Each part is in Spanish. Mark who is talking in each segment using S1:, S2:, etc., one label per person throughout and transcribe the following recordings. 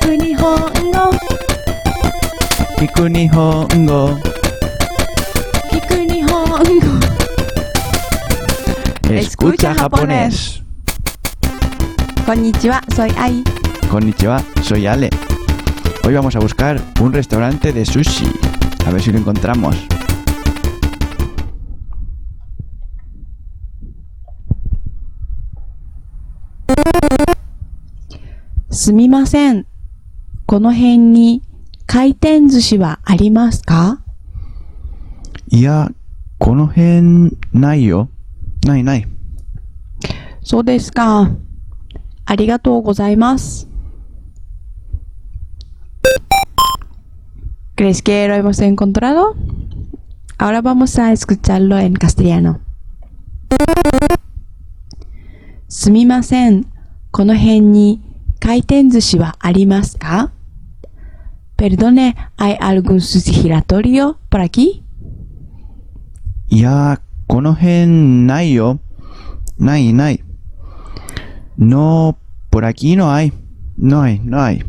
S1: く日本語
S2: 聞く日本語
S1: 聞く日本語
S2: Escucha
S1: Escucha
S2: japonés.
S1: こんにちは、soy Ai
S2: Konnichiwa, soy Ale. Hoy vamos a buscar un restaurante de sushi. A ver si lo encontramos.
S1: 「すみません。この辺に回転寿司はありますか
S2: Ya konohen nayo. Nai, nai.
S1: そうですか。ありがとうございます。¿Crees que lo hemos encontrado? Ahora vamos a escucharlo en castellano. すみません。この辺に回転寿司はありますか Perdone, ¿hay algún sushi giratorio por aquí?
S2: Ya konohen nayo. Nai, nai. No, por aquí no hay. No hay, no hay.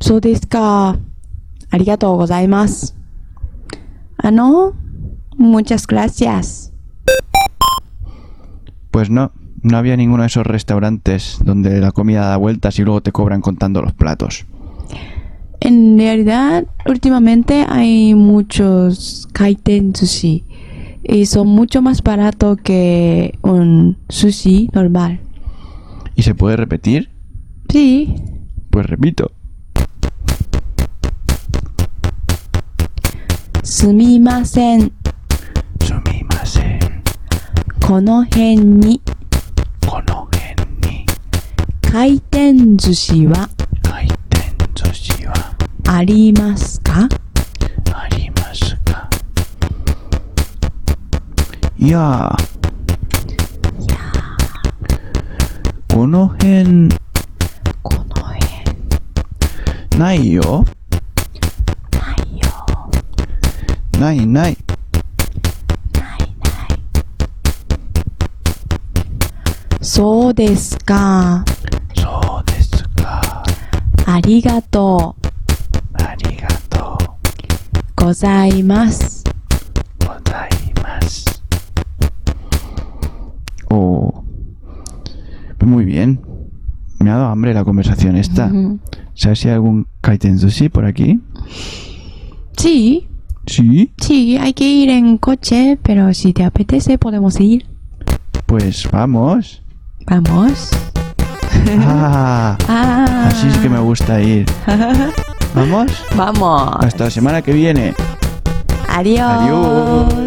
S1: そうですか。ありがとうございます。あの、muchas gracias。
S2: Pues no, no había ninguno de esos restaurantes donde la comida da vueltas y luego te cobran contando los platos.
S1: En realidad, últimamente hay muchos kaiten sushi y son mucho más barato que un sushi normal.
S2: ¿Y se puede repetir?
S1: Sí.
S2: Pues repito.
S1: すみません。
S2: Sumimasen
S1: この辺に
S2: konohen ni
S1: 回転寿司は
S2: kaiten sushi wa
S1: ありますか
S2: arimasu ka? Ya. Konohen
S1: この辺
S2: nai yo.
S1: ないよ。
S2: Nai nai.
S1: そうですか。
S2: So desu ka.
S1: ありがとう
S2: Arigato
S1: ございます。
S2: gozaimasu. Oh. Pues Muy bien. Me ha dado hambre la conversación esta. ¿Sabes si hay algún kaiten sushi por aquí?
S1: Sí,
S2: Sí.
S1: sí, hay que ir en coche, pero si te apetece podemos ir.
S2: Pues vamos.
S1: Vamos.
S2: Ah,
S1: Ah,
S2: así es que me gusta ir. ¿Vamos?
S1: Vamos.
S2: Hasta la semana que viene.
S1: Adiós.
S2: Adiós.